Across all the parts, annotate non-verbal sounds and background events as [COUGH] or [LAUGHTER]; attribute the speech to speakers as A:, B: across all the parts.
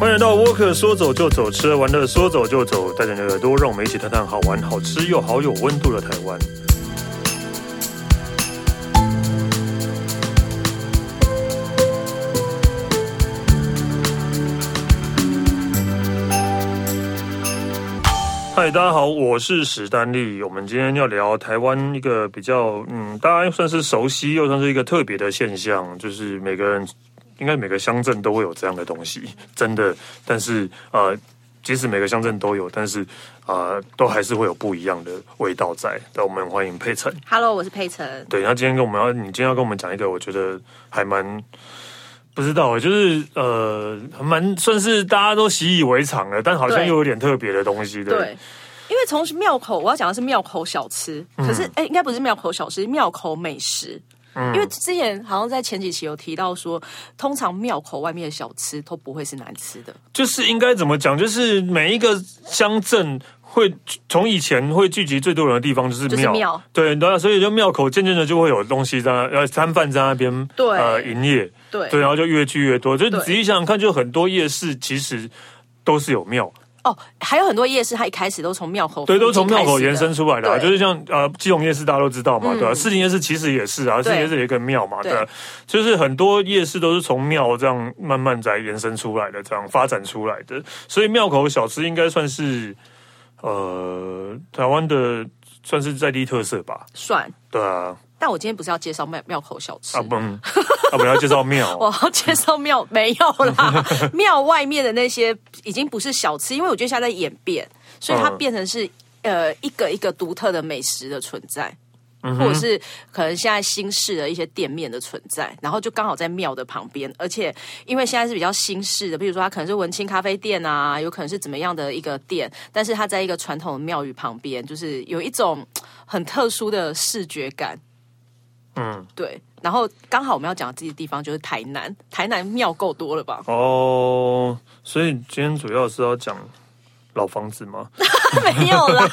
A: 欢迎来到沃克，说走就走，吃完了说走就走，带着你的耳朵，让我们一起探探好玩、好吃又好有温度的台湾。嗨，大家好，我是史丹利。我们今天要聊台湾一个比较，嗯，大家算是熟悉又算是一个特别的现象，就是每个人应该每个乡镇都会有这样的东西，真的。但是呃，即使每个乡镇都有，但是呃，都还是会有不一样的味道在。那我们欢迎佩岑。
B: Hello，我是佩岑。
A: 对，那今天跟我们要，你今天要跟我们讲一个，我觉得还蛮不知道欸，就是呃，蛮算是大家都习以为常了，但好像
B: 对
A: 又有点特别的东西，对。
B: 对，因为从庙口，我要讲的是庙口小吃，
A: 嗯
B: 可是哎、应该不是庙口小吃，庙口美食。
A: 嗯
B: 因为之前好像在前几期有提到说，通常庙口外面的小吃都不会是难吃的，
A: 就是应该怎么讲？就是每一个乡镇会从以前会聚集最多人的地方就是
B: 就是
A: 庙，
B: 庙
A: 对，然后所以就庙口渐渐的就会有东西在那呃摊贩在那边
B: 对
A: 呃营业，
B: 对
A: 对，然后就越聚越多。就你
B: 对
A: 仔细想想看，就很多夜市其实都是有庙，
B: 哦，还有很多夜市，它一开始都从庙口
A: 对，
B: 附
A: 都
B: 近
A: 从庙口延伸
B: 开始
A: 出来的、啊，
B: 对嗯
A: 就是像呃，基隆夜市大家都知道嘛，对吧、士林夜市其实也是啊，士
B: 对
A: 林夜市有一个庙嘛，对
B: 对
A: 啊，就是很多夜市都是从庙这样慢慢在延伸出来的，这样发展出来的，所以庙口小吃应该算是呃台湾的算是在地特色吧，
B: 的算。
A: 对啊，
B: 但我今天不是要介绍庙庙口小吃，
A: 啊不，嗯啊不要介绍
B: [LAUGHS]
A: 庙，
B: 我要介绍庙没
A: [LAUGHS]
B: 有啦，庙外面的那些已经不是小吃，因为我觉得现在在演变，所以它
A: 嗯
B: 变成是、呃一个一个独特的美食的存在。
A: 嗯
B: 或者是可能现在新式的一些店面的存在，然后就刚好在庙的旁边，而且因为现在是比较新式的，比如说它可能是文青咖啡店啊，有可能是怎么样的一个店，但是它在一个传统的庙宇旁边，就是有一种很特殊的视觉感。
A: 嗯？
B: 对，然后刚好我们要讲的这些地方就是台南，台南庙够多了吧
A: 哦，所以今天主要是要讲老房子吗？
B: 没有
A: [LAUGHS]
B: 啦，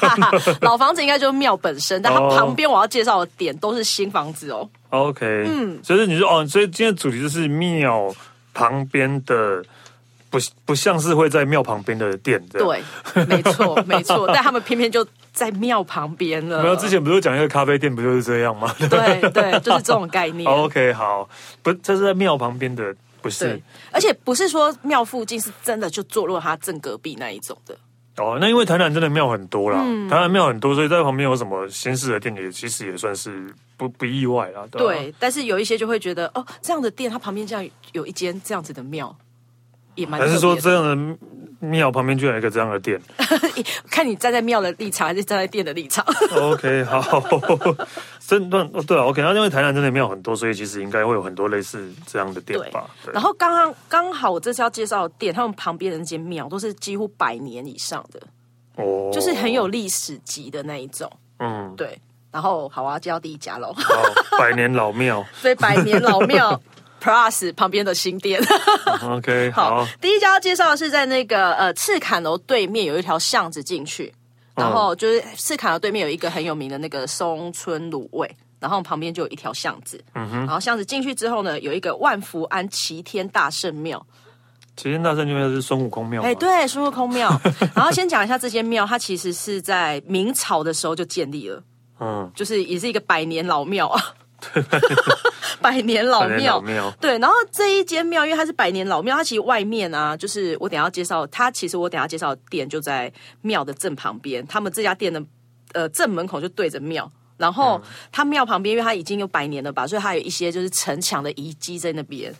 B: 老房子应该就是庙本身，但它
A: 哦
B: 旁边我要介绍的点都是新房子哦。
A: OK，嗯，所以你说哦，所以今天的主题就是庙旁边的，不不像是会在庙旁边的店，这样。
B: 对，没错，没错，但他们偏偏就在庙旁边了。
A: 没有，之前不是讲一个咖啡店不就是这样吗
B: 对对，就是这种
A: [LAUGHS]
B: 概念。
A: ？OK，好，不，这是在庙旁边的，不哦是
B: 对，而且不是说庙附近是真的就坐落它正隔壁那一种的，
A: 哦。那因为台南真的庙很多啦，
B: 嗯
A: 台南庙很多，所以在旁边有什么新式的店也其实也算是不不意外啦。吧
B: 对。但是有一些就会觉得，哦，这样的店，它旁边这样有一间这样子的庙，也蛮
A: 还
B: 特别的。
A: 是说这样的庙旁边居然有一个这样的店？
B: [LAUGHS] 看你站在庙的立场，还是站在店的立场？
A: OK，好， [LAUGHS] 真的哦对啊，OK，那因为台南真的没有很多，所以其实应该会有很多类似这样的店
B: 对
A: 吧。对
B: 然后刚刚刚好，我这次要介绍的店，他们旁边的那间庙都是几乎百年以上的，
A: 哦，
B: 就是很有历史级的那一种。
A: 嗯，
B: 对，然后好，我啊要介绍第
A: [LAUGHS]
B: 一家喽，
A: 好，百年老庙
B: 所以百年老
A: [LAUGHS]
B: 庙 Plus 旁边的新店。 [LAUGHS]
A: ，OK，
B: 好
A: 好，，
B: 第一家要介绍的是在那个呃赤坎楼对面有一条巷子进去，
A: 嗯
B: 然后就是赤坎楼对面有一个很有名的那个松村卤味。然后旁边就有一条巷子，
A: 嗯
B: 然后巷子进去之后呢，有一个万福庵齐天大圣庙，
A: 齐天大圣那边是孙悟空庙嘛，
B: 哎，对，孙悟空
A: [LAUGHS]
B: 庙。然后先讲一下这间庙，它其实是在明朝的时候就建立了，
A: 嗯，
B: 就是也是一个百年老
A: [LAUGHS]
B: 庙啊，百年老
A: 百年老
B: 庙。
A: 庙，
B: 对，然后这一间庙，因为它是百年老庙，它其实外面啊，就是我等一下要介绍，它其实我等一下介绍的店就在庙的正旁边，他们这家店的呃正门口就对着庙。然
A: 嗯
B: 后它庙旁边，因为它已经有百年了吧，所以它有一些就是城墙的遗迹在那边。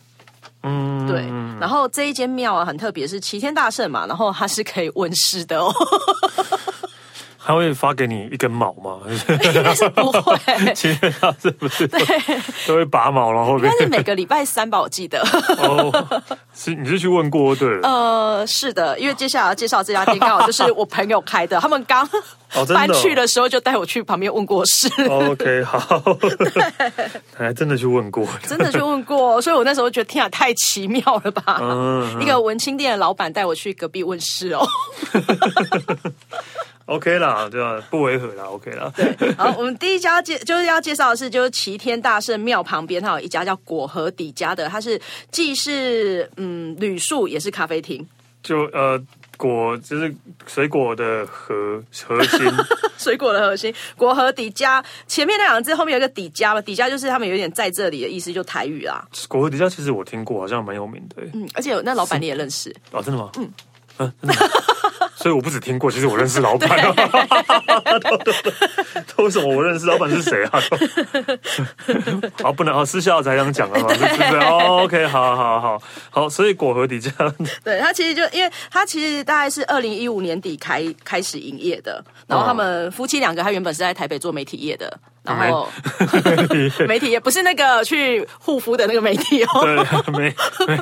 A: 嗯，
B: 对，然后这一间庙啊，很特别，是齐天大圣嘛，然后它是可以问世的
A: [LAUGHS]
B: 哦，
A: 他会发给你一根毛吗？ [LAUGHS]
B: 应该是不会，
A: 齐天大圣不是都 [LAUGHS] 都会拔毛然后
B: 应
A: 面
B: 该是每个礼拜三吧，我记得。
A: [LAUGHS] 哦，是你是去问过对了，
B: 呃，是的，因为接下来要介绍这家店，刚好就是我朋友开的，他们刚
A: [LAUGHS] 哦真的哦
B: 搬去的时候就带我去旁边问
A: [LAUGHS]
B: 过事，
A: OK，好， [LAUGHS] 还真的去问过，
B: 真的去问过，所以我那时候觉得天啊，太奇妙了吧！
A: 嗯
B: 一个文青店的老板带我去隔壁问事哦。
A: ，OK 啦，对吧？不违和啦，OK 啦，
B: 好，我们第一家介就是要介绍的是，就是齐天大圣庙旁边，它有一家叫果和底家的，它是既是嗯旅宿也是咖啡厅。
A: 就呃果就是水果的核核
B: [LAUGHS]
A: 心，
B: 水果的核心，果核底加前面那两个字，后面有一个底加嘛，底加就是他们有点在这里的意思，就台语啦。
A: 果核底下其实我听过，好像蛮有名的、欸。
B: 嗯，而且那老板你也认识，
A: 哦，真的吗？嗯。嗯，真的
B: [LAUGHS]
A: 吗所以我不只听过，其实我认识老板、啊，都为什么我认识老板是谁
B: [LAUGHS]
A: 啊？好，不能好私下才想讲啊，是不是？哦，OK，好好好好，所以果核底价，
B: 对他其实就因为他其实大概是二零一五年底开开始营业的，然后他们夫妻两个，他原本是在台北做媒体业的，然后 [LAUGHS] 媒体业不是那个去护肤的那个媒体哦，
A: 对媒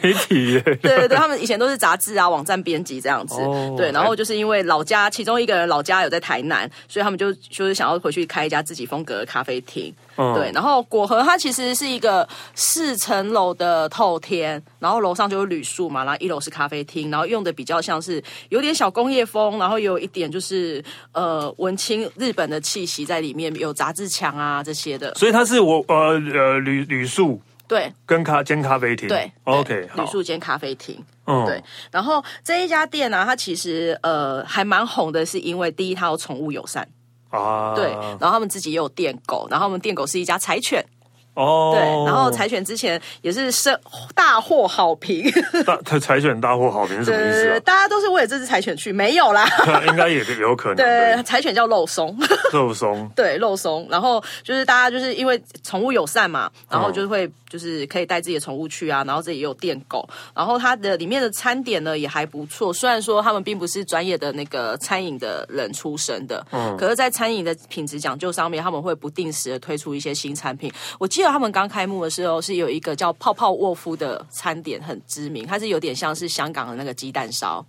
A: 媒体耶，
B: [LAUGHS] 对对对，他们以前都是杂志啊、网站编辑这样子
A: 哦，
B: 对，然后就是因为老家其中一个人老家有在台南，所以他们就就是想要回去开一家自己风格的咖啡厅，
A: 嗯
B: 对，然后果核它其实是一个四层楼的透天，然后楼上就是旅宿嘛，然后一楼是咖啡厅，然后用的比较像是有点小工业风，然后有一点就是呃文青日本的气息在里面，有杂志墙啊这些的，
A: 所以它是我呃呃旅旅宿
B: 对
A: 跟咖兼咖啡厅，
B: 对
A: 嗯，OK，
B: 旅
A: 好，
B: 宿兼咖啡厅。
A: 嗯
B: 对，然后这一家店呢、它其实呃还蛮红的，是因为第一它有宠物友善，
A: 啊，
B: 对，然后他们自己也有电狗，然后他们电狗是一家柴犬，
A: 哦，
B: 对，然后柴犬之前也是生大获好评，
A: 大柴犬大获好评是什么意
B: [LAUGHS]
A: 思
B: 大家都是为了这只柴犬去，没有啦，
A: 啊？ [LAUGHS] 应该也有可能，
B: 对，柴犬叫肉松，
A: 对，肉松，
B: 对，肉松，然后就是大家就是因为宠物友善嘛，然后就是会就是可以带自己的宠物去啊，然后这里也有电狗，然后它的里面的餐点呢也还不错，虽然说他们并不是专业的那个餐饮的人出身的，嗯，可是，在餐饮的品质讲究上面，他们会不定时的推出一些新产品。我记得他们刚开幕的时候是有一个叫泡泡沃夫的餐点很知名，它是有点像是香港的那个鸡蛋烧，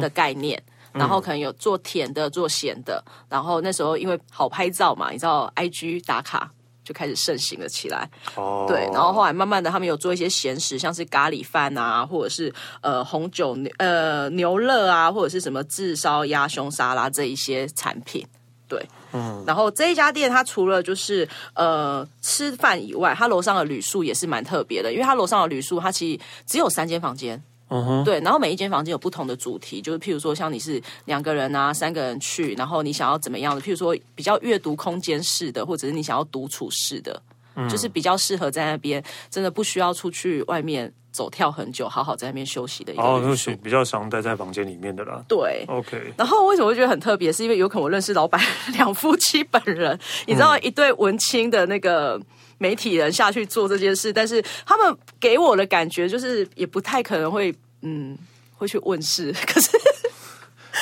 B: 的概念。然后可能有做甜的、做咸的，然后那时候因为好拍照嘛，你知道，IG 打卡就开始盛行了起来。
A: 哦，
B: 对，然后后来慢慢的，他们有做一些咸食，像是咖喱饭啊，或者是呃红酒牛呃牛肋啊，或者是什么炙烧鸭胸沙拉这一些产品。对，嗯，然后这一家店它除了就是呃吃饭以外，它楼上的旅宿也是蛮特别的，因为它楼上的旅宿它其实只有三间房间，
A: 嗯 [LAUGHS] 哼，
B: 对，然后每一间房间有不同的主题，就是譬如说像你是两个人啊、三个人去，然后你想要怎么样的，譬如说比较阅读空间式的，或者是你想要独处式的，
A: 嗯
B: 就是比较适合在那边真的不需要出去外面走跳很久，好好在那边休息的一
A: 哦，
B: 个
A: 就
B: 旅宿。
A: 是比较常待在房间里面的啦。
B: 对，
A: OK，
B: 然后为什么会觉得很特别？是因为有可能我认识老板两夫妻本人，你知道一对文青的那个媒体人下去做这件事，但是他们给我的感觉就是也不太可能会嗯会去问世， [LAUGHS] 可是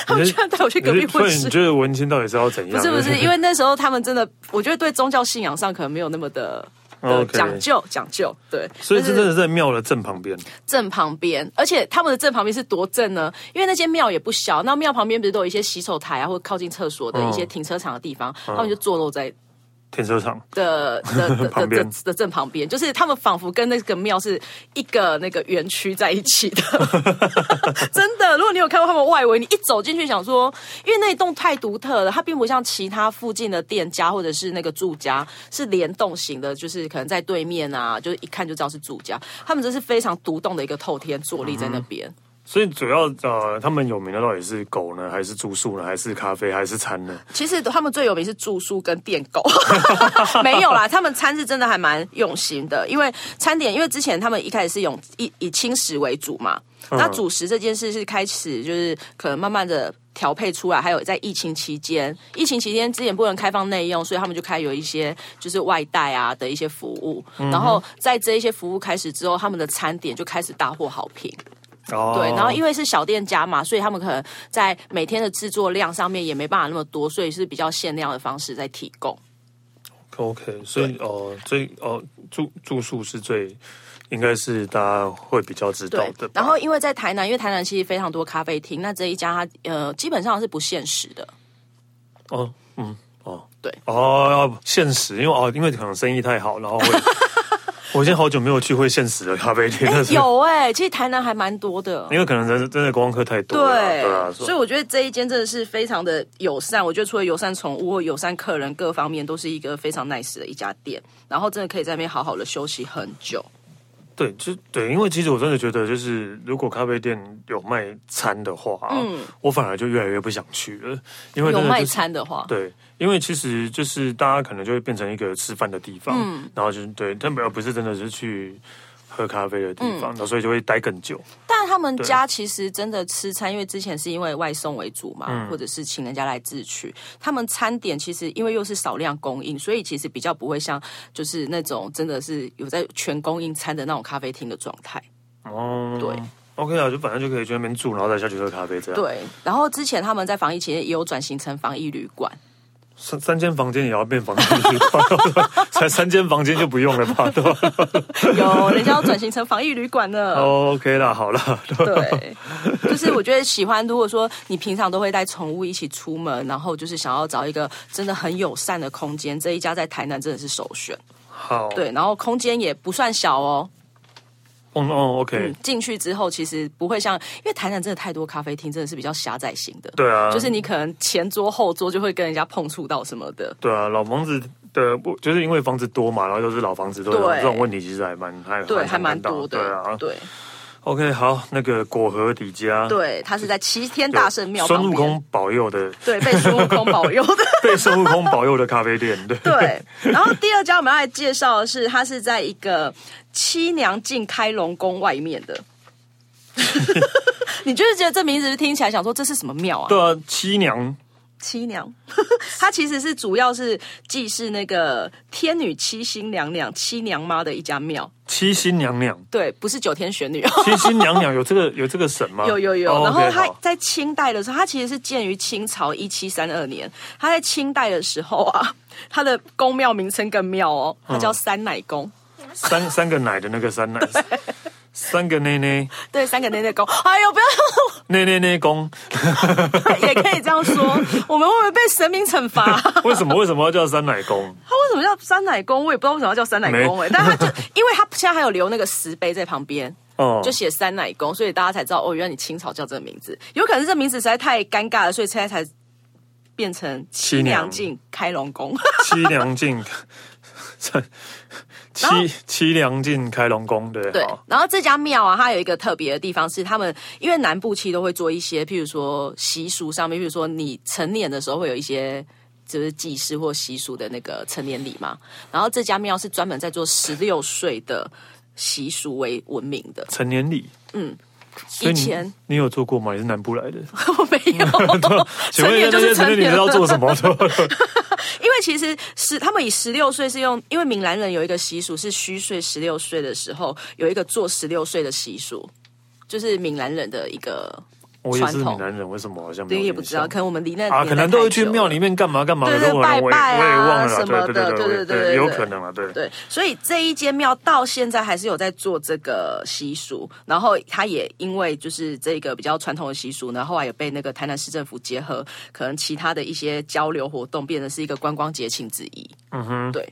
B: 他们居然带 [LAUGHS] 我去隔
A: 可是，所
B: 壁问
A: 以你
B: 世。
A: 觉得文青到底是要怎样？
B: 不是不，
A: 就是 [LAUGHS]
B: 因为那时候他们真的，我觉得对宗教信仰上可能没有那么的的
A: OK
B: 讲究讲究，对，
A: 所以
B: 但
A: 这
B: 是
A: 真的是在庙的正旁边
B: 正旁边，而且他们的正旁边是多正呢？因为那间庙也不小，那庙旁边不是都有一些洗手台啊，或靠近厕所的一
A: 嗯
B: 些停车场的地方，他们就坐落在
A: 停车场。
B: 的的的的
A: 旁边
B: 的的正旁边，就是他们仿佛跟那个庙是一个那个园区在一起的， [LAUGHS] 真的。如果你有看过他们外围，你一走进去想说，因为那一栋太独特了，它并不像其他附近的店家或者是那个住家是联动型的，就是可能在对面啊，就是一看就知道是住家。他们这是非常独栋的一个透天坐立在
A: 嗯
B: 那边。
A: 所以主要呃，他们有名的到底是狗呢，还是住宿呢，还是咖啡，还是餐呢？
B: 其实他们最有名是住宿跟电狗，没有啦，他们餐是真的还蛮用心的，因为餐点，因为之前他们一开始是用以以轻食为主嘛，那主食这件事是开始就是可能慢慢的。调配出来，还有在疫情期间，疫情期间之前不能开放内用，所以他们就开有一些就是外带啊的一些服务。然后在这一些服务开始之后，他们的餐点就开始大获好评。
A: 哦，
B: 对，然后因为是小店家嘛，所以他们可能在每天的制作量上面也没办法那么多，所以是比较限量的方式在提供。
A: OK，所以哦，最哦住住宿是最应该是大家会比较知道
B: 对
A: 的吧。，
B: 然后因为在台南，因为台南其实非常多咖啡厅，那这一家它呃基本上是不限时的。
A: 哦，嗯，哦，
B: 对
A: 哦，现实，因为哦，因为可能生意太好，然后
B: [LAUGHS]
A: 会。我已经好久没有去会现实的咖啡厅，
B: [LAUGHS] 哎
A: 但是
B: 有哎、其实台南还蛮多的。
A: 因为可能真的真的观光客太多了啊，
B: [LAUGHS] 对，
A: 啊，
B: 所以我觉得这一间真的是非常的友善。我觉得除了友善宠物或友善客人各方面，都是一个非常 nice 的一家店。然后真的可以在那边好好的休息很久。
A: 对，就对，因为其实我真的觉得，就是如果咖啡店有卖餐的话，嗯，我反而就越来越不想去了，因为真
B: 有
A: 的
B: 卖
A: 就是
B: 餐的话，
A: 对，因为其实就是大家可能就会变成一个吃饭的地方，
B: 嗯
A: 然后就是对，但而不是真的是去喝咖啡的地
B: 嗯
A: 方，然后所以就会待更久。
B: 但他们家其实真的吃餐，因为之前是因为外送为主嘛，或者是请人家来自取。他们餐点其实因为又是少量供应，所以其实比较不会像就是那种真的是有在全供应餐的那种咖啡厅的状态。
A: 哦，
B: 对
A: ，OK 啊，就反正就可以去那边住，然后再下去喝咖啡这样。，
B: 对，然后之前他们在防疫期间也有转型成防疫旅馆，
A: 三三间房间也要变房间去才 [LAUGHS] 三间房间就不用了吧？对吧、
B: 有人家要转型成防疫旅馆
A: [LAUGHS]
B: 呢。
A: o k 哦啦，好啦，
B: 对，就是我觉得喜欢。如果说你平常都会带宠物一起出门，然后就是想要找一个真的很友善的空间，这一家在台南真的是首选。
A: 好，，
B: 对，然后空间也不算小哦。
A: 哦哦，OK，、
B: 嗯，进去之后其实不会像，因为台南真的太多咖啡厅，真的是比较狭窄型的。
A: 对啊，
B: 就是你可能前桌后桌就会跟人家碰触到什么的。
A: 对啊，老房子的不就是因为房子多嘛，然后又是老房子多，
B: 对
A: 这种问题其实还蛮还
B: 对，
A: 常
B: 还蛮
A: 看到
B: 多
A: 对
B: 的
A: 啊。
B: 对
A: OK，好，那个果核底迦，
B: 对，它是在齐天
A: 有
B: 大圣庙
A: 孙
B: 旁
A: 悟
B: 边，
A: 空保佑的，
B: 对，被孙悟空保
A: [LAUGHS]
B: 佑的。
A: 被孙悟空保佑的咖啡店，对，
B: [LAUGHS] 对，然后第二家我们要来介绍的是，它是在一个七娘进开龙宫外面
A: [LAUGHS]
B: 的。 [LAUGHS] 你就是觉得这名字听起来想说这是什么庙啊？
A: 对啊，七娘
B: 七娘， [LAUGHS] 它其实是主要是既是那个天女七星娘娘七娘妈的一家庙，
A: 七星娘
B: [LAUGHS]
A: 娘，
B: 对，不是九天
A: [LAUGHS]
B: 玄女。
A: 七星娘娘有这个有这个神吗？
B: 有有有，
A: 哦
B: 然后
A: OK，
B: 它
A: 好
B: 在清代的时候，它其实是建于清朝一七三二年。它在清代的时候啊， [LAUGHS] 它的宫庙名称更妙哦，
A: 嗯
B: 它叫三奶宫。
A: 三三个奶的那个三
B: [LAUGHS]
A: 奶，三个奶奶
B: 对，三个内内宫。 [LAUGHS] 哎呦，不要，
A: 奶奶奶公，
B: 也可以这样说。我们会不会被神明惩罚？ [LAUGHS] 他
A: 为什么为什么要叫三奶公？
B: 为什么叫三奶宫？我也不知道为什么要叫三奶宫
A: 没
B: 哎、但他就因为他现在还有留那个石碑在旁边。
A: 哦
B: 就写三奶公，所以大家才知道哦，原来你清朝叫这个名字。有可能是这名字实在太尴尬了，所以现在才变成
A: 七
B: 七
A: 娘哦
B: 娘进开龙宫。
A: 七娘进，七
B: 然后
A: 七娘进开龙宫，对，
B: [LAUGHS]
A: 哦
B: 对
A: 好，
B: 然后这家庙啊，它有一个特别的地方是，他们因为南部其实都会做一些，譬如说习俗上面，譬如说你成年的时候会有一些。就是祭祀或习俗的那个成年礼嘛，然后这家庙是专门在做十六岁的习俗为闻名的。 [LAUGHS]
A: 成年礼。所
B: 嗯以
A: 你
B: 前
A: 你有做过吗？你是南部来的？
B: 我没有，
A: [LAUGHS] 请问一下，那些成年礼是要做
B: [LAUGHS]
A: 什么的？
B: 因为其实是他们以十六岁是用，因为闽南人有一个习俗是虚岁十六岁的时候有一个做十六岁的习俗，就是闽南人的一个
A: 我也是
B: 传统
A: 闽南人，为什么好像没
B: 对，
A: 有
B: 也不
A: 印
B: 知道，
A: 象
B: 可能我们离那个
A: 啊？
B: 年代
A: 可能都会
B: 太
A: 去
B: 久
A: 庙
B: 了
A: 里面干嘛干嘛的，
B: 对对
A: 可是我也
B: 拜拜
A: 我也
B: 啊
A: 忘了啦，
B: 什么
A: 对对
B: 的
A: 对对
B: 对对
A: 对，
B: 对
A: 有
B: 对
A: 可能啊，对。
B: 对，所以这一间庙到现在还是有在做这个习俗，然后它也因为就是这个比较传统的习俗呢，后来也被那个台南市政府结合可能其他的一些交流活动，变成是一个观光节庆之一。嗯哼，对，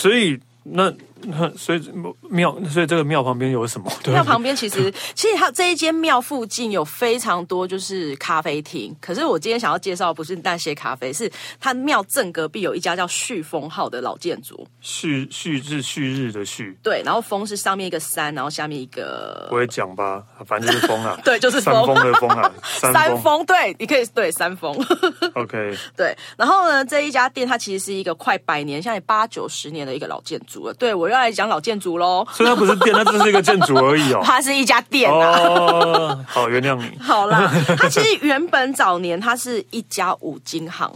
A: 所以那那所以庙，所以这个庙旁边有什么？对 [LAUGHS]
B: 庙旁边其实其实它这一间庙附近有非常多就是咖啡厅，可是我今天想要介绍的不是那些咖啡，是它庙正隔壁有一家叫旭峰号的老建筑，
A: 旭旭日旭日的旭，
B: 对，然后峰是上面一个山，然后下面一个，
A: 不会讲吧？反正就是风啊
B: [LAUGHS] 对就是
A: 山峰
B: 风
A: 的风
B: [LAUGHS]
A: 啊，
B: 山
A: 山峰。
B: 峰，对，你可以对山峰， [LAUGHS]
A: OK，
B: 对。然后呢，这一家店它其实是一个快百年，现在八九十年的一个老建筑了。对我又来讲老建筑喽，
A: 所以它不是店，它只是一个建筑而
B: [LAUGHS]
A: 已哦。
B: 它是一家店啊。
A: 哦，好，原谅你。
B: 好啦，它其实原本早年它是一家五金行，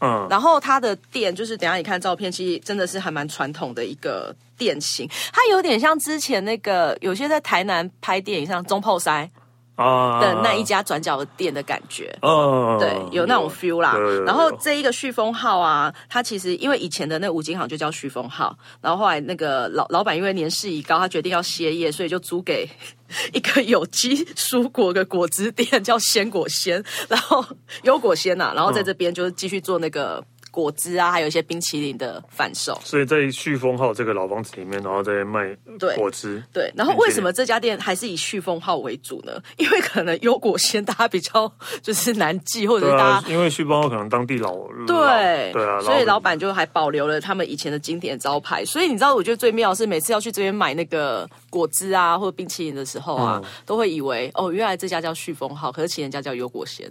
A: 嗯，
B: 然后它的店就是等一下你看照片，其实真的是还蛮传统的一个店型，它有点像之前那个有些在台南拍电影像中炮塞
A: 啊
B: 的那一，家转角的店的感觉。
A: 嗯，
B: 对，有那种 feel 啦
A: 有有有。
B: 然后
A: 有
B: 这一个旭峰号啊，它其实因为以前的那五金行就叫旭峰号，然后后来那个老老板因为年事已高，他决定要歇业，所以就租给一个有机蔬果的果汁店，叫鲜果鲜，然后优果鲜呐、然后在这边就是继续做那个。果汁啊，还有一些冰淇淋的贩售。
A: 所以在旭峰号这个老房子里面，然后再卖
B: 对
A: 果汁，
B: 对，然后为什么这家店还是以旭峰号为主呢？因为可能优果鲜大家比较就是难记，或者
A: 对
B: 是大
A: 啊
B: 家，。
A: 因为旭峰号可能当地老
B: 嗯对
A: 老对啊，
B: 所以老板就还保留了他们以前的经典招牌。所以你知道，我觉得最妙的是每次要去这边买那个果汁啊，或者冰淇淋的时候啊，都会以为哦，原来这家叫旭峰号，可是其实人家叫优果鲜。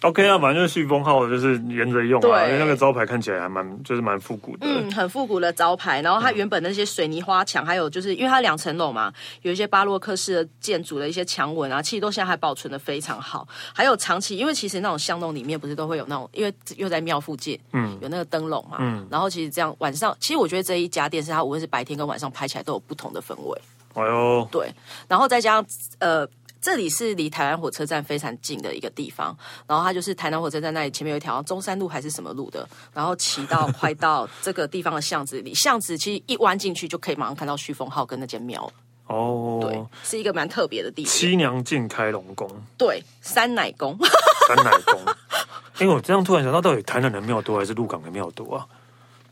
A: OK 啊，反正就是旭峰号就是沿着用啊，
B: 对
A: 因为那个招牌看起来还蛮就是蛮复古的，
B: 嗯，很复古的招牌。然后它原本那些水泥花墙，还有就是因为它两层楼嘛，有一些巴洛克式的建筑的一些墙纹啊，其实都现在还保存的非常好。还有长期，因为其实那种巷弄里面不是都会有那种，因为又在庙附近，嗯，有那个灯笼嘛，嗯，然后其实这样晚上，其实我觉得这一家店是它无论是白天跟晚上拍起来都有不同的氛围。
A: 哎呦，
B: 对，然后再加上呃，这里是离台湾火车站非常近的一个地方，然后它就是台南火车站那里前面有一条中山路还是什么路的，然后骑到快到这个地方的巷子里，巷子其实一弯进去就可以马上看到旭峰号跟那间庙了，对
A: 哦，，
B: 是一个蛮特别的地方，
A: 七娘进开龙宫，
B: 对，三奶宫。 [LAUGHS]
A: 三奶宫。 [LAUGHS] 因为我这样突然想到，到底台南的庙多还是鹿港的庙多啊？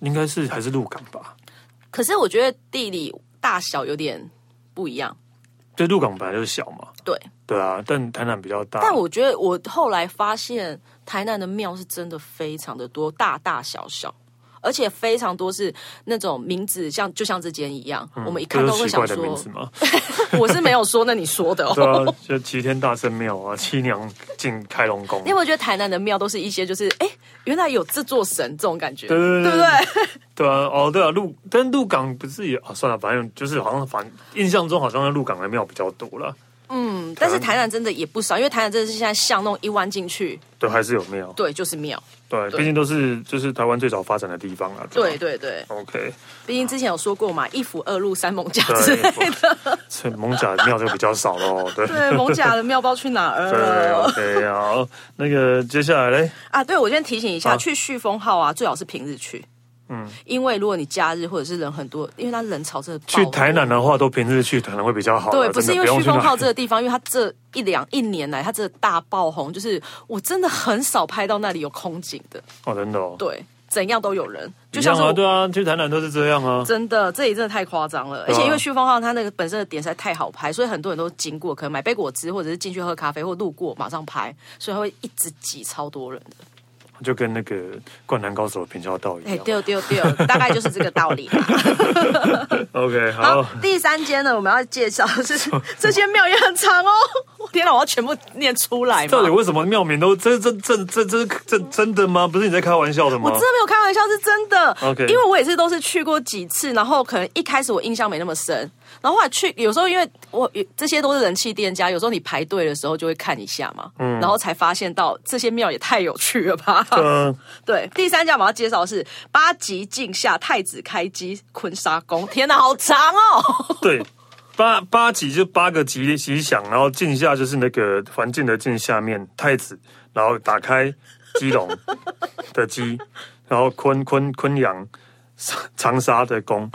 A: 应该是还是鹿港吧？
B: 可是我觉得地理大小有点不一样，
A: 对，鹿港本来就是小嘛，
B: 对，
A: 对啊，但台南比较大。
B: 但我觉得我后来发现，台南的庙是真的非常的多，大大小小，而且非常多是那种名字像就像这间一样，我们一看
A: 这
B: 都
A: 嗯是
B: 会
A: 奇怪
B: 想
A: 的
B: 说
A: 名，字嘛，
B: [LAUGHS] 我是没有说，那你说的
A: [LAUGHS] 对
B: 哦。
A: 啊，就齐天大圣庙啊，七娘进开龙宫
B: 你。有没有觉得台南的庙都是一些就是哎，原来有这座神这种感觉，
A: 对对对
B: 对不对？
A: 对啊，哦，对啊，鹿，但鹿港不是也啊？算了，反正就是好像反印象中好像鹿港的庙比较多了，
B: 嗯，但是
A: 啊
B: 台南真的也不少，因为台南真的是现在巷弄一弯进去，
A: 对，还是有庙，
B: 对，就是庙，
A: 对，
B: 对
A: 毕竟都是就是台湾最早发展的地方啊。
B: 对
A: 吧
B: 对对。
A: ，OK，
B: 毕竟之前有说过嘛，一府二路三艋甲之类
A: 对，所以蒙甲庙就比较少喽，对。
B: 对，哦艋甲的庙不知道去哪儿
A: 对
B: 了。
A: ，OK，好，那个接下来嘞，
B: 啊，对，我先提醒一下，
A: 啊
B: 去旭峰号啊，最好是平日去。嗯，因为如果你假日或者是人很多，因为它人潮真的爆
A: 去台南的话，都平日去可能会比较好啦。啊
B: 对，不
A: 真
B: 是
A: 的
B: 因为
A: 用
B: 旭
A: 去哪
B: 峰号这个地方，因为它这一两一年来，它这大爆红，就是我真的很少拍到那里有空景的，
A: 哦，真的哦，
B: 对，怎样都有人，就
A: 一
B: 像
A: 样
B: 是
A: 啊，
B: 我。
A: 对啊，去台南都是这样啊。
B: 真的，这里真的太夸张了，而
A: 对啊
B: 且因为旭峰号它那个本身的点实在太好拍，所以很多人都经过，可能买杯果汁或者是进去喝咖啡或路过马上拍，所以它会一直挤超多人
A: [LAUGHS]
B: 的。
A: 就跟那个《灌篮高手》的平交道一
B: 哎，
A: 样。
B: 对对对，大概就是这个道理啦。
A: OK，好
B: 好，，第三间呢，我们要介绍 [LAUGHS] 的是这间庙也很长哦。我 [LAUGHS] 天哪，我要全部念出来吗
A: 到？底为什么庙名都这这这这这这真的吗？不是你在开玩笑的
B: 我
A: 吗
B: 真？的没有开玩笑，是真的。
A: OK
B: 因为我也是都是去过几次，然后可能一开始我印象没那么深，然后后来去有时候因为我这些都是人气店家，有时候你排队的时候就会看一下嘛，然后才发现到这些庙也太有趣了吧。
A: 嗯，
B: [LAUGHS] 对，第三家我们要介绍的是八级镜下太子开基坤沙宫，天哪，好长哦。 [LAUGHS]
A: 对，八八吉就八个吉吉祥，然后镜下就是那个环境的镜下面太子，然后打开基
B: [LAUGHS]
A: 隆的基，然后昆昆昆阳。长沙的宫，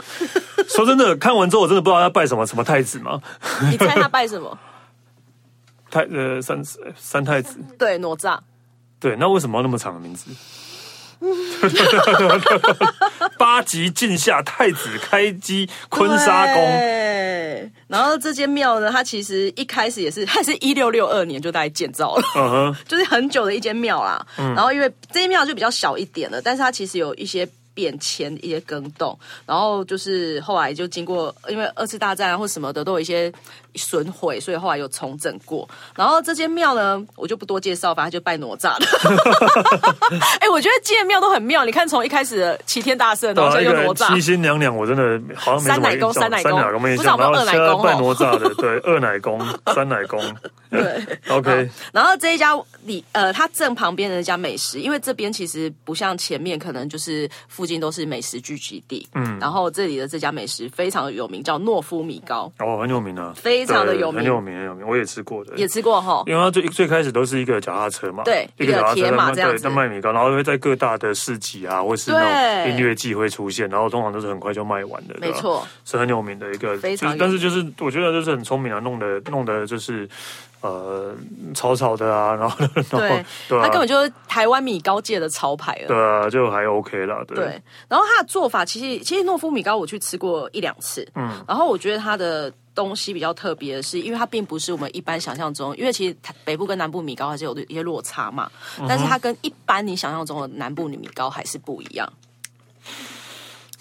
A: 说真的，看完之后我真的不知道要拜什么什么太子嘛，
B: 你猜他拜 [LAUGHS] 什么？
A: 太呃三三太子，
B: 对，哪吒。
A: 对，那为什么要那么长的名字？ [LAUGHS] 八级进下太子开基坤沙宫，
B: 对，然后这间庙呢，它其实一开始也是， [LAUGHS] 它是一六六二年就大概建造了， [LAUGHS]
A: 嗯哼，
B: 就是很久的一间庙啦。然后因为这间庙就比较小一点了，但是它其实有一些。变迁一些更动，然后就是后来就经过，因为二次大战啊或什么的都有一些损毁，所以后来有重整过。然后这间庙呢，我就不多介绍，反正就拜哪吒的。 [LAUGHS] 哎、我觉得这间庙都很妙，你看从一开始的齐天大圣，然后
A: 啊
B: 现
A: 一
B: 在又哪
A: 个
B: 吒，
A: 七星娘娘，我真的好像没什么印象。
B: 三奶公三奶公
A: 三奶公没印
B: 不知道
A: 象，
B: 有没
A: 然
B: 有
A: 后现在
B: 二
A: 拜哪
B: 奶公哦
A: 吒的，对，
B: [LAUGHS]
A: 二奶公、三奶公。
B: 对。
A: OK，
B: 然后这一家里，呃，它正旁边的那家美食，因为这边其实不像前面，可能就是附近都是美食聚集地。嗯，然后这里的这家美食非常有名，叫诺夫米糕，
A: 哦，很有名啊，
B: 非常的
A: 对
B: 有名
A: 很有名，很有名，我也吃过的。
B: 也吃过哈。
A: 因为它最最开始都是一个脚踏车嘛，
B: 对
A: 一个脚踏
B: 一
A: 车
B: 个铁
A: 在
B: 马
A: 卖
B: 这样
A: 对，
B: 子
A: 在卖米糕，然后会在各大的市集啊，或是那
B: 对
A: 种音乐季会出现，然后通常都是很快就卖完的，对
B: 没
A: 吧
B: 错，
A: 是很有名的一个，
B: 非常
A: 就是但
B: 有
A: 是就是我觉得就是很聪明啊，弄的弄的就是呃草草的啊，然后然后
B: 对，
A: 对
B: 它根
A: 啊
B: 本，就是台湾米糕界的潮牌了。
A: 对啊，就还 OK 啦，对。
B: 对，然后它的做法其实，其实诺夫米糕我去吃过一两次，嗯，然后我觉得它的东西比较特别的是，因为它并不是我们一般想象中，因为其实台北部跟南部米糕还是有一些落差嘛，
A: 嗯
B: 但是它跟一般你想象中的南部米糕还是不一样。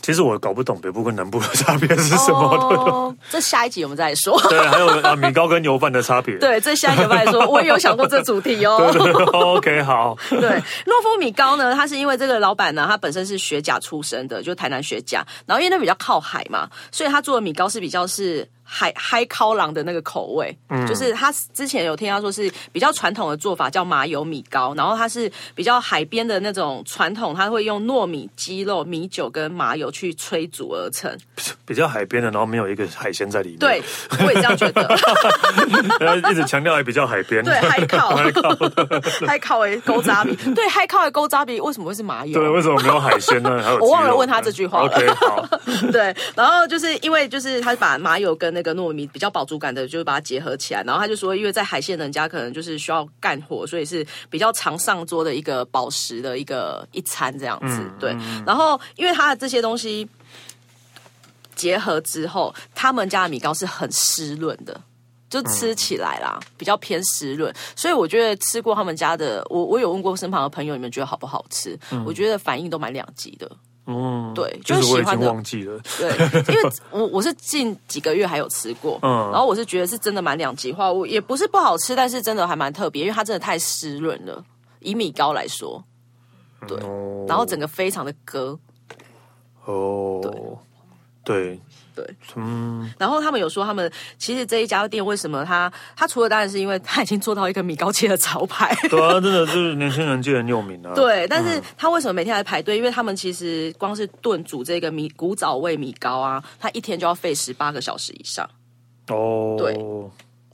A: 其实我搞不懂北部跟南部的 [LAUGHS] 差别是 [LAUGHS] 什么的。
B: 哦，这下一集我们再说。 [LAUGHS]
A: 对，还有啊，米糕跟油饭的差别。
B: 对，这下一个来说，我也有想过这主题
A: [LAUGHS]
B: 哦。
A: 对 [LAUGHS] OK，好，
B: [LAUGHS] 对，诺夫米糕呢，它是因为这个老板呢，他本身是学甲出身的，就台南学甲，然后因为那比较靠海嘛，所以他做的米糕是比较是海海烤郎的那个口味，就是他之前有听他说是比较传统的做法叫麻油米糕，然后它是比较海边的那种传统，他会用糯米、鸡肉、米酒跟麻油去炊煮而成。
A: 比较海边的，然后没有一个海鲜在里面。
B: 对，我也这样觉得。
A: 对，一直强调还比较海边。
B: 对，海烤， [LAUGHS] 海烤诶，勾扎比，对，海烤诶，勾扎比为什么会是麻油？
A: 对，为什么没有海鲜呢？还有
B: 我忘了
A: 鸡肉
B: 问他这句话了
A: OK，好，
B: [LAUGHS] 对，然后就是因为就是他把麻油跟那个糯米比较饱足感的，就是把它结合起来。然后他就说，因为在海鲜人家可能就是需要干活，所以是比较常上桌的一个饱食的一个一餐这样子。
A: 嗯
B: 对，然后因为他的这些东西结合之后，他们家的米糕是很湿润的。就
A: 嗯
B: 吃起来啦，比较偏湿润，所以我觉得吃过他们家的，我我有问过身旁的朋友，你们觉得好不好吃？我觉得反应都蛮两极的，
A: 嗯，
B: 对，就
A: 就是是我
B: 喜
A: 已
B: 欢
A: 经
B: 的
A: 忘记了。
B: 对，因为我我是近几个月还有吃过，
A: 嗯
B: 然后我是觉得是真的蛮两极化，我也不是不好吃，但是真的还蛮特别，因为它真的太湿润了，以米糕来说，对，
A: 哦
B: 然后整个非常的割，
A: 哦，对，嗯
B: 然后他们有说他们其实这一家店为什么它它除了当然是因为它已经做到一个米糕界的潮牌，
A: 对啊，真的就是年轻人界很有名啊。，
B: 对，但是他为什么每天来排队？因为他们其实光是炖煮这个米古早味米糕啊，他一天就要费十八个小时以上。
A: 哦，
B: 对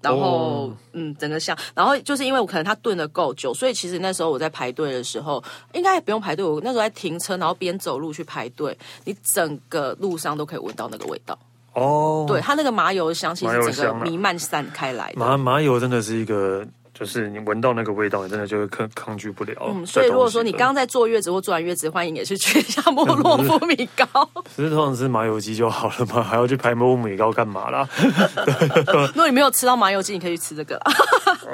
B: 然后、
A: 哦
B: 嗯，整个像，然后就是因为我可能它炖的够久，所以其实那时候我在排队的时候，应该也不用排队，我那时候在停车，然后边走路去排队，你整个路上都可以闻到那个味道。
A: 哦，
B: 对，，它那个麻油香气
A: 麻油
B: 是整个
A: 香啊
B: 弥漫散开来的。
A: 麻麻油真的是一个，就是你闻到那个味道，你真的就会抗抗拒不了。
B: 嗯，所以如果说你刚，在坐月子或坐完月子，欢迎也是去一下莫洛夫米
A: [LAUGHS]
B: 糕。
A: 只是通常吃麻油鸡就好了嘛，还要去排木米糕干嘛啦
B: 如果你没有吃到麻油鸡，你可以去吃这个啦。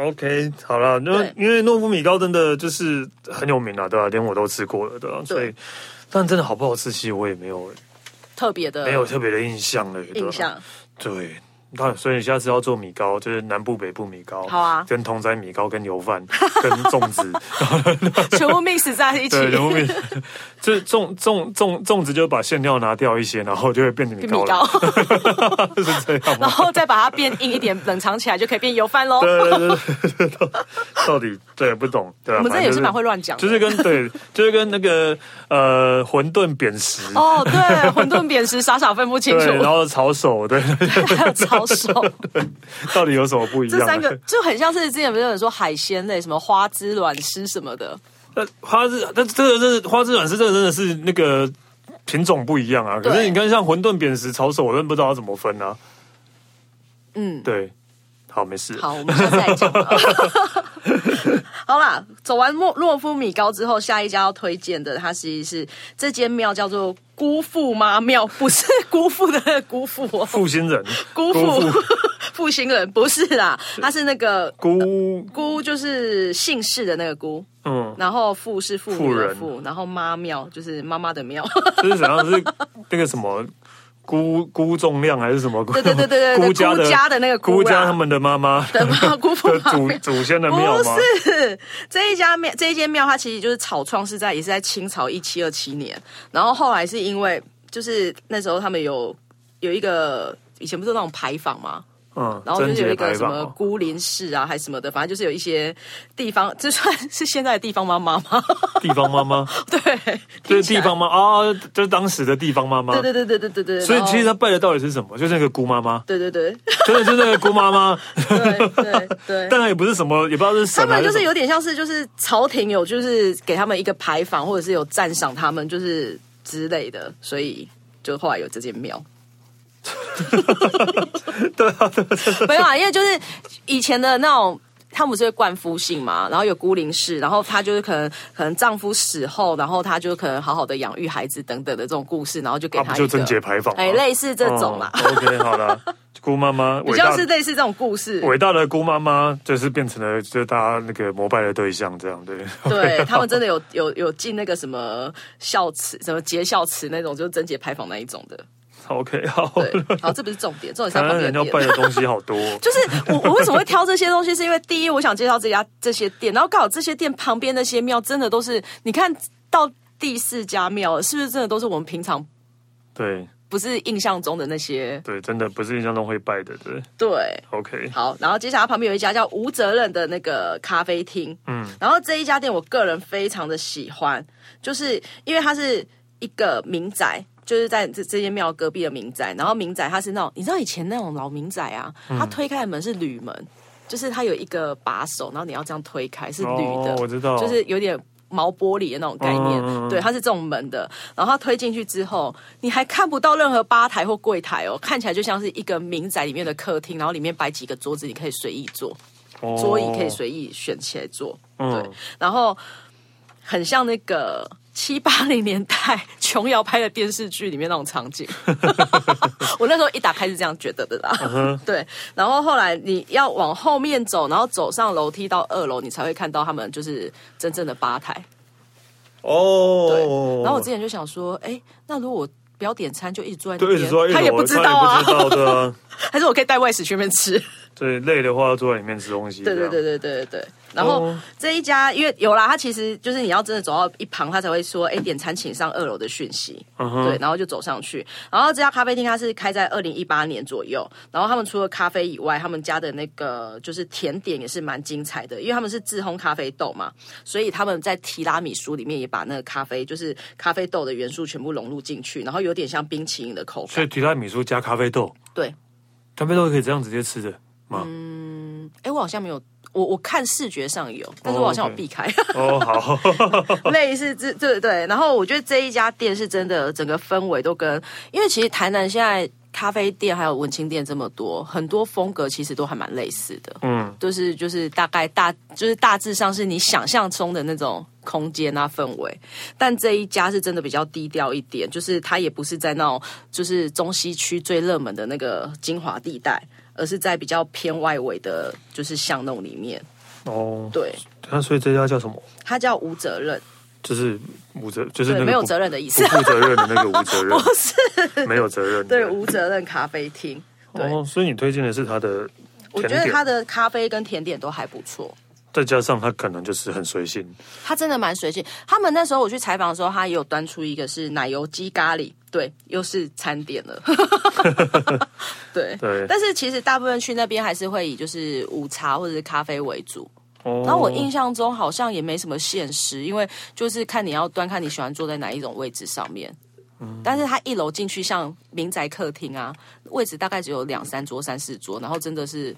A: ？OK，好啦，那
B: 对
A: 因为诺夫米糕真的就是很有名啊，对吧、连我都吃过了，对吧、所以，但真的好不好吃，其实我也没有
B: [LAUGHS] 特别的
A: 没有特别的印象了，对吧
B: 呃
A: 啊
B: 印象。
A: 对。那所以你下次要做米糕，就是南部、北部米糕，
B: 好啊
A: 跟同仔米糕、跟油饭、 [LAUGHS] 跟粽
B: [LAUGHS]
A: 子，
B: 全部 mix 在一起，
A: 对，然后面 [LAUGHS] 这粽粽粽粽子就把馅料拿掉一些，然后就会变成米
B: 米
A: 糕
B: 糕
A: 了，， [LAUGHS] 是这样
B: 然
A: 吗？
B: 后再把它变硬一点，冷藏起来就可以变油饭喽。
A: 对对对对对，到到底对不懂？对啊，
B: 我们这
A: 反正
B: 也
A: 就是
B: 蛮会乱讲的
A: 就是跟对，就是跟那个呃馄饨扁食。
B: 哦，对，馄饨扁食傻傻分不清
A: 对，
B: 楚，
A: 然后炒手，对，
B: 还有抄
A: [LAUGHS]
B: 手，
A: 到底有什么不一样
B: 这
A: 呢？
B: 三个就很像是之前不是有人说海鲜类，什么花枝、卵丝什么的，
A: 呃，花枝，但这个真的花枝软丝，这个真的是那个品种不一样啊。可是
B: 对
A: 你看，像馄饨、扁食、炒手，我真不知道要怎么分啊。
B: 嗯。
A: 对，好，没事。
B: 好，我们下次
A: [LAUGHS]
B: 再讲吧。好啦，走完莫洛夫米糕之后，下一家要推荐的，它其实是这间庙叫做姑父妈庙，不是姑父的那个姑父哦，
A: 负心人，
B: 姑
A: 姑
B: 父 [LAUGHS] 复兴人不是啦，它是那个
A: 姑，
B: 姑就是姓氏的那个姑，
A: 嗯，
B: 然后父是妇女的
A: 妇
B: 妇，然后妈庙就是妈妈的
A: [LAUGHS]
B: 庙，
A: 这是怎样？
B: [LAUGHS]
A: 是那个什么姑姑重量还是什么？对
B: 对对对对对，
A: 姑家的
B: 姑家的那个姑
A: 姑
B: 啦
A: 家他们的妈妈
B: [LAUGHS] 对吧姑父
A: 的
B: 妈
A: 祖
B: 庙
A: 祖先的庙
B: 不
A: 吗？
B: 是这一家庙，这一间庙它其实就是草创是在也是在清朝一七二七年，然后后来是因为就是那时候他们有有一个以前不是那种牌坊吗？
A: 嗯，
B: 然后就是有一
A: 贞
B: 个
A: 节
B: 什
A: 牌
B: 么
A: 坊哦
B: 孤林市啊，还是什么的，反正就是有一些地方，这算是现在的地方妈妈吗？ [LAUGHS]
A: 地方妈妈，
B: 对，
A: 就是
B: 听起
A: 地
B: 来
A: 方妈啊，就是当时的地方妈妈
B: 对。对对对对对对，
A: 所以
B: 然后
A: 其实他拜的到底是什么？就是那个姑妈妈，
B: 对对对
A: 真的就是那个姑妈妈。
B: 对对 [LAUGHS] 对。
A: 当然也不是什么，也不知道是
B: 他
A: 神还
B: 们就
A: 什
B: 是
A: 么
B: 有点像是就是朝廷有就是给他们一个牌坊，或
A: [LAUGHS]
B: 者是有赞赏他们就是之类的，所以就后来有这间庙。
A: 啊
B: 没有啊，因为就是以前的那种。他们不是会冠夫姓嘛，然后有孤零氏，然后她就是可能可能丈夫死后，然后她就可能好好的养育孩子等等的这种故事，然后就给
A: 啊，
B: 她
A: 不
B: 一
A: 就
B: 个
A: 贞节牌坊吗？
B: 哎、类似这种啦，
A: 哦 OK，好
B: [LAUGHS]
A: 了，姑妈妈，
B: 比
A: 伟
B: 较
A: 大
B: 是类似这种故事。
A: 伟大的姑妈妈，就是变成了就是大家那个膜拜的对象，这样对。 [LAUGHS]
B: 对他们真的有有有进那个什么孝慈、什么节孝慈那种，就是贞节牌坊那一种的。
A: OK，好，
B: 对，好，这不是重点，重点是
A: 台
B: 它旁
A: 湾
B: 边
A: 人
B: 的
A: 要
B: 店
A: 拜 [LAUGHS] 的东西好
B: [LAUGHS]
A: 多。
B: 就是我我为什么会挑这些东西，是因为第一，我想介绍这家这些店，然后刚好这些店旁边那些庙真的都是，你看到第四家庙了，是不是真的都是我们平常
A: 对
B: 不是印象中的那些？
A: 对，真的不是印象中会拜的，对。
B: 对。
A: OK，
B: 好，然后接下来旁边有一家叫无责任的那个咖啡厅，嗯，然后这一家店我个人非常的喜欢，就是因为它是一个民宅。就是在这这间庙隔壁的民宅，然后民宅它是那种，你知道以前那种老民宅啊，
A: 嗯
B: 它推开的门是铝门，就是它有一个把手，然后你要这样推开是铝的，
A: 哦我知道
B: 就是有点毛玻璃的那种概念，
A: 嗯嗯嗯
B: 对，它是这种门的。然后它推进去之后，你还看不到任何吧台或柜台哦，看起来就像是一个民宅里面的客厅，然后里面摆几个桌子，你可以随意坐，桌椅可以随意选起来坐，
A: 哦。
B: 对，然后很像那个。七八零年代琼瑶拍的电视剧里面那种
A: [LAUGHS]
B: 场景，我那时候一打开是这样觉得的啦。
A: 嗯
B: 对，然后后来你要往后面走，然后走上楼梯到二楼，你才会看到他们就是真正的吧台。
A: 哦，
B: 对，然后我之前就想说，哎，那如果我不要点餐，就一直坐在
A: 对
B: 那
A: 一直说，
B: 边，他
A: 哎
B: 也
A: 我
B: 不知道
A: 他也不知
B: 啊，
A: 道的啊。
B: [LAUGHS] 还是我可以带外食去那边吃？
A: 对，累的话要坐在里面吃东西。
B: 对对
A: 这样
B: 对对对对对。然后
A: 哦
B: 这一家，因为有啦，他其实就是你要真的走到一旁，他才会说，哎，点餐请上二楼的讯息。
A: 嗯
B: 对，
A: 哼，
B: 然后就走上去。然后这家咖啡厅它是开在二零一八年左右，然后他们除了咖啡以外，他们家的那个就是甜点也是蛮精彩的，因为他们是自烘咖啡豆嘛，所以他们在提拉米苏里面也把那个咖啡就是咖啡豆的元素全部融入进去，然后有点像冰淇淋的口
A: 所
B: 感
A: 以。提拉米苏加咖啡豆，
B: 对，
A: 咖啡豆可以这样直接吃的吗？
B: 哎，我好像没有。我我看视觉上有，但是我好像有
A: OK
B: 避开
A: 哦，好，
B: [LAUGHS]
A: [LAUGHS]
B: 类似这对对。然后我觉得这一家店是真的，整个氛围都跟，因为其实台南现在咖啡店还有文青店这么多，很多风格其实都还蛮类似的。
A: 嗯，
B: 就是就是大概大就是大致上是你想象中的那种空间啊氛围，但这一家是真的比较低调一点，就是它也不是在那种就是中西区最热门的那个精华地带，而是在比较偏外围的，就是巷弄里面。
A: 哦，
B: 对，
A: 那所以这家叫什么？
B: 它叫无责任，
A: 就是无责，就是那
B: 对，
A: 个
B: 没有
A: 不
B: 责任的意思 [LAUGHS]
A: 不，负责任的那个无责任， [LAUGHS] 不是没有责任的。
B: 对，无责任咖啡厅。对，
A: 哦，所以你推荐的是它的
B: 我
A: 甜
B: 觉得它
A: 点，
B: 的咖啡跟甜点都还不错。
A: 再加上它可能就是很随性，
B: 它真的蛮随性。他们那时候我去采访的时候，他也有端出一个是奶油鸡咖喱，对，又是餐点了。对，
A: 对。
B: 但是其实大部分去那边还是会以就是午茶或者是咖啡为主。
A: 哦
B: 然后我印象中好像也没什么限时，因为就是看你要端看你喜欢坐在哪一种位置上面。
A: 嗯
B: 但是它一楼进去像民宅客厅啊，位置大概只有两三桌、三四桌，然后真的是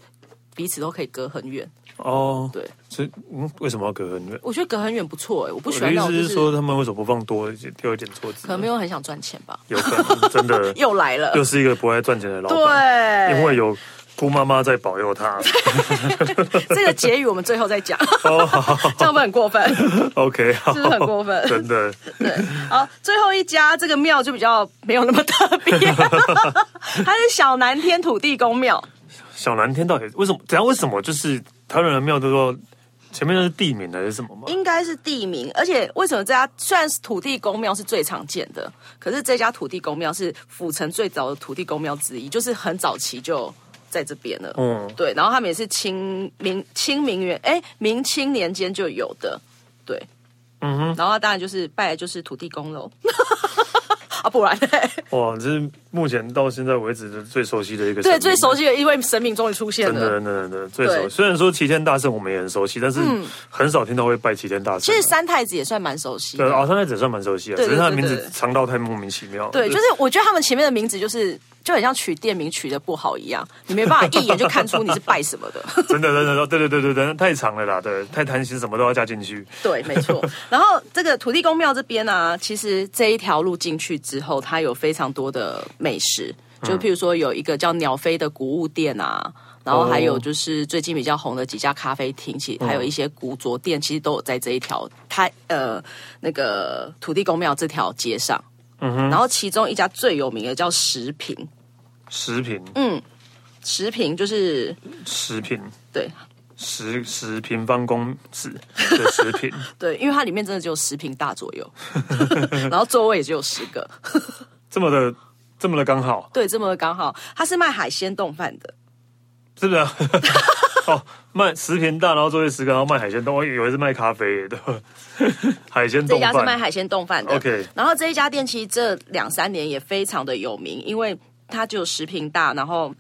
B: 彼此都可以隔很远。
A: 哦，
B: 对，
A: 所以嗯，为什么要隔很远？
B: 我觉得隔很远不错哎、我不
A: 我
B: 喜
A: 的
B: 欢
A: 意
B: 那种
A: 思
B: 就是是
A: 说，他们为什么不放多一点丢一点桌子
B: 可能
A: 呢？
B: 没有很想赚钱吧。
A: 有可能真的
B: [LAUGHS] 又来了，
A: 又是一个不爱赚钱的老板，
B: 对，
A: 因为有姑妈妈在保佑
B: [LAUGHS]
A: 他。
B: 这个结语我们最后
A: [LAUGHS]
B: 再讲，这样会很过分，是
A: 哦 OK，好，
B: 不是很过分？
A: 真的
B: 对，好，最后一家这个庙就比较没有那么特
A: [LAUGHS]
B: 别，它是小南天土地公庙。
A: 小南天到底为什么？等下为什么就是台湾人的庙都说前面那是地名还是什么吗？
B: 应该是地名，而且为什么这家虽然是土地公庙是最常见的，可是这家土地公庙是府城最早的土地公庙之一，就是很早期就在这边了。
A: 嗯，
B: 对，然后他们也是清明清明元哎明清年间就有的，对，
A: 嗯哼，
B: 然后当然就是拜的就是土地公喽， [LAUGHS] 啊不然呢
A: 哇，这是目前到现在为止的最熟悉的一个神
B: 对
A: 明
B: 最熟悉的一位神明终于出现
A: 真的
B: 了。
A: 真的真的最熟。
B: 对嗯
A: 虽然说齐天大圣我们也很熟悉，但是很少听到会拜齐天大圣。
B: 其实三太子也算蛮熟悉
A: 对，
B: 的，
A: 鳌山太子算蛮熟悉的，
B: 对
A: 只是他的
B: 对
A: 名
B: 对
A: 字
B: 对
A: 长到太莫名其妙。
B: 哦对，就是我觉得他们前面的名字就是就很像取店名取的不好一样，你没办法一眼就看出你是拜什么的。
A: 真的真的，对对对对对，太长了啦，对，太贪心，什么都要加进去。
B: [LAUGHS] 对，没错。 [LAUGHS] 然后这啊个土地公庙这边呢、其实这一条路进去之后，它有非常多的美食。就譬如说有一个叫鸟飞的古物店啊，然后还有就是最近比较红的几家咖啡厅，其实还有一些古着店，其实都有在这一条它呃那个土地公庙这条街上。嗯哼，然后其中一家最有名的叫石屏，
A: 食品，
B: 嗯石屏就是
A: 食品，
B: 对
A: 十十平方公尺 [LAUGHS] 的食品，
B: 对，因为它里面真的只有十平大左右， [LAUGHS] 然后座位也只有十个，
A: 这么的这么的刚好，
B: 对，这么刚好。它是卖海鲜冻饭的，
A: 是不是、啊？ [LAUGHS] 哦，卖十平大，然后作为十个，然后卖海鲜冻，我以为是卖咖啡的， [LAUGHS] 海鲜
B: 这
A: 冻
B: 家是卖
A: 饭。
B: 海鲜冻饭的。
A: OK
B: 然后这一家店其实这两三年也非常的有名，因为它只有十平大，然后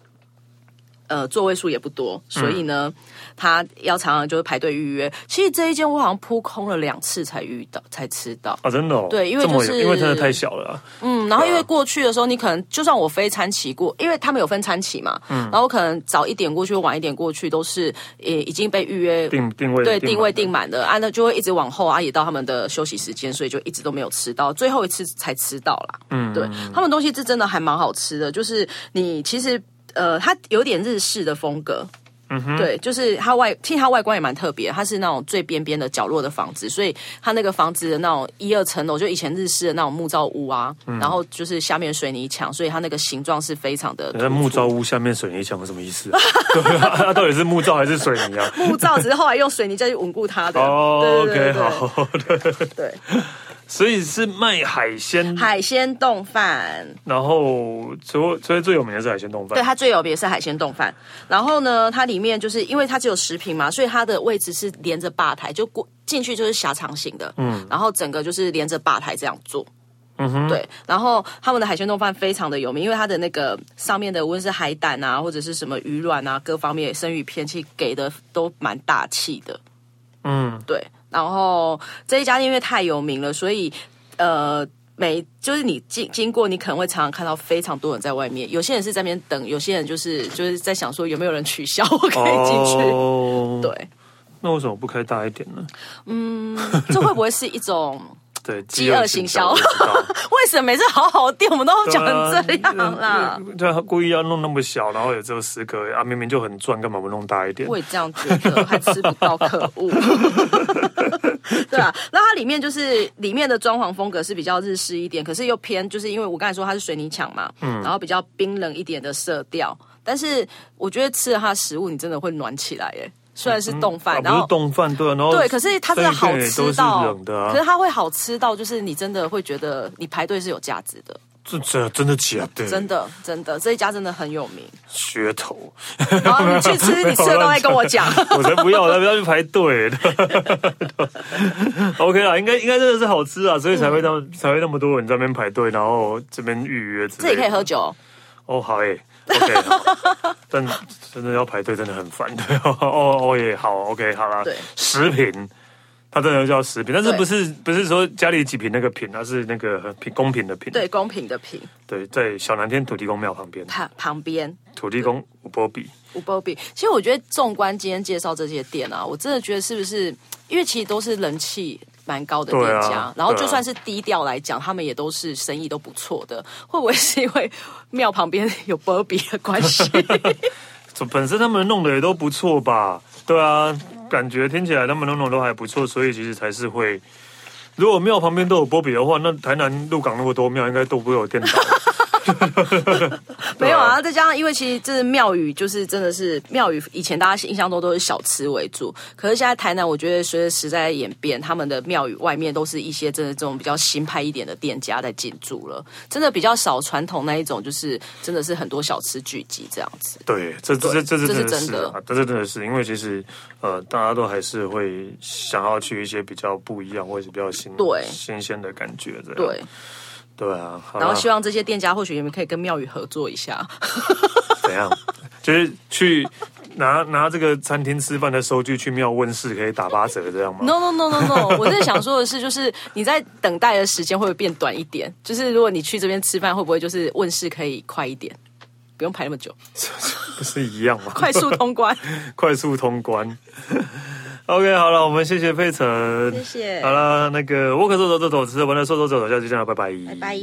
B: 呃座位数也不多，所以呢，
A: 嗯
B: 它要常常就是排队预约。其实这一间我好像扑空了两次才遇到，才吃到。
A: 啊，真的哦，
B: 对因为
A: 这么
B: 就是
A: 因为真的太小了啊、
B: 嗯，然后因
A: 对
B: 为
A: 啊
B: 过去的时候，你可能就算我非餐期过，因为他们有分餐期嘛，
A: 嗯
B: 然后我可能早一点过去，晚一点过去，都是也已经被预约。
A: 定定位
B: 对
A: 定
B: 定位
A: 满
B: 定满的，啊，那就会一直往后啊，也到他们的休息时间，所以就一直都没有吃到，最后一次才吃到啦。嗯，对他们东西是真的还蛮好吃的，就是你其实呃，它有点日式的风格。嗯、对，就是它外，其实它外观也蛮特别，它是那种最边边的角落的房子，所以它那个房子的那种一二层楼，就以前日式的那种木造屋啊，然后就是下面水泥墙，所以它那个形状是非常的
A: 那木造屋下面水泥墙是什么意思、啊？ [LAUGHS] 对啊，它到底是木造还是水泥啊？
B: 木造，只是后来用水泥再去稳固 [LAUGHS] 它的。
A: 哦、o
B: [LAUGHS] 对
A: k
B: 对对对对
A: 好， [LAUGHS]
B: 对
A: 所以是卖海鲜，
B: 海鲜冻饭。
A: 然后所以所以最有名的是海鲜冻饭，
B: 对，它最有名的是海鲜冻饭。然后呢，它里面就是因为它只有十平嘛，所以它的位置是连着吧台，就过进去就是狭长型的，嗯，然后整个就是连着吧台这样做。嗯哼，对，然后他们的海鲜冻饭非常的有名，因为它的那个上面的无论是海胆啊，或者是什么鱼卵啊，各方面生鱼片，其实给的都蛮大气的。
A: 嗯，
B: 对，然后这一家店因为太有名了，所以呃，每就是你经经过，你可能会常常看到非常多人在外面，有些人是在那边等，有些人就是就是在想说有没有人取消 [LAUGHS] [LAUGHS] 我可以进去。
A: 哦，
B: 对，
A: 那为什么不开大一点呢？
B: 这会不会是一种？
A: 对，
B: 饥饿行销
A: 饥饿行销。我知道
B: 为什么每次好好的店我们都讲
A: 啊
B: [LAUGHS] 成这样啦？
A: 对啊，故意要弄那么小，然后也只有十个啊，明明就很赚，干嘛不弄大一点
B: 我？也这样觉得，还吃不到，可
A: [LAUGHS]
B: 恶。对啊，那它里面就是里面的装潢风格是比较日式一点，可是又偏就是因为我刚才说它是水泥墙嘛，
A: 嗯
B: 然后比较冰冷一点的色调。但是我觉得吃了它的食物，你真的会暖起来耶。虽然是冻饭，
A: 啊
B: 然
A: 不是
B: 后
A: 冻饭对啊，然后
B: 对，可是它真的好
A: 都
B: 吃
A: 是
B: 到，
A: 冷的
B: 可
A: 啊
B: 是，它会好吃到，就是你真的会觉得你排队是有价值的，
A: 这这真的假的？
B: 真的真的，这一家真的很有
A: [LAUGHS]
B: 名。
A: 噱头，
B: 然后你去吃，你吃了都在跟我
A: [LAUGHS]
B: 讲。
A: 我才不要，我才不要去排队。OK 啦，应该应该真的是好吃啊，所以才会
B: 嗯
A: 那、才会那么多人在那边排队，然后这边预约之类
B: 这里可以
A: 的。
B: 喝酒哦，
A: 哦，好诶、OK，好
B: [LAUGHS]
A: 但真的要排队真的很烦。对，哦哦也好，OK，好啦
B: 对，
A: 食品。它真的叫食品，但是
B: 对
A: 不是不是说家里几瓶那个品，它是那个平公平的平。
B: 对，公平的平。
A: 对，在小南天土地公庙旁边，
B: 旁旁边。
A: 土地公五波比。
B: 五波比，其实我觉得纵观今天介绍这些店啊，我真的觉得是不是？因为其实都是人气蛮高的店
A: 对啊
B: 家，然后
A: 对啊
B: 就算是低调来讲，他们也都是生意都不错的。会不会是因为庙旁边有波比的关
A: [LAUGHS]
B: 系？
A: 这本身他们弄的也都不错吧？对啊，感觉听起来他们弄的都还不错，所以其实才是会。如果庙旁边都有波比的话，那台南鹿港那么多庙，应该都不会有电脑。
B: 没有啊，再加上因为其实这是庙宇，就是真的是庙宇，以前大家印象中都是小吃为主，可是现在台南，我觉得随着时代的演变，他们的庙宇外面都是一些真的这种比较新派一点的店家在进驻了，真的比较少传统那一种，就是真的是很多小吃聚集这样子。
A: [LAUGHS] 对，这这这这是
B: 这是
A: 真的是
B: 真的
A: 啊，这是真的是，因为其实呃，大家都还是会想要去一些比较不一样或者是比较新
B: 对
A: 新鲜的感觉这样。
B: 对，
A: 对啊，好啦
B: 然后希望这些店家或许你们可以跟庙宇合作一下，
A: [LAUGHS] 怎样？就是去拿拿这个餐厅吃饭的收据去庙问事，可以打八折这样吗？
B: No no no no no！我在想说的是，就是你在等待的时间会不会变短一点？就是如果你去这边吃饭，会不会就是问世可以快一点，不用排那么久，
A: 不是一样吗？
B: 快速通关？
A: [LAUGHS] 快速通关。OK，好了，我们谢谢费城，
B: 谢谢
A: 好了，那个我可说走走走，吃着玩的说走走走，下次见了，拜拜，拜
B: 拜。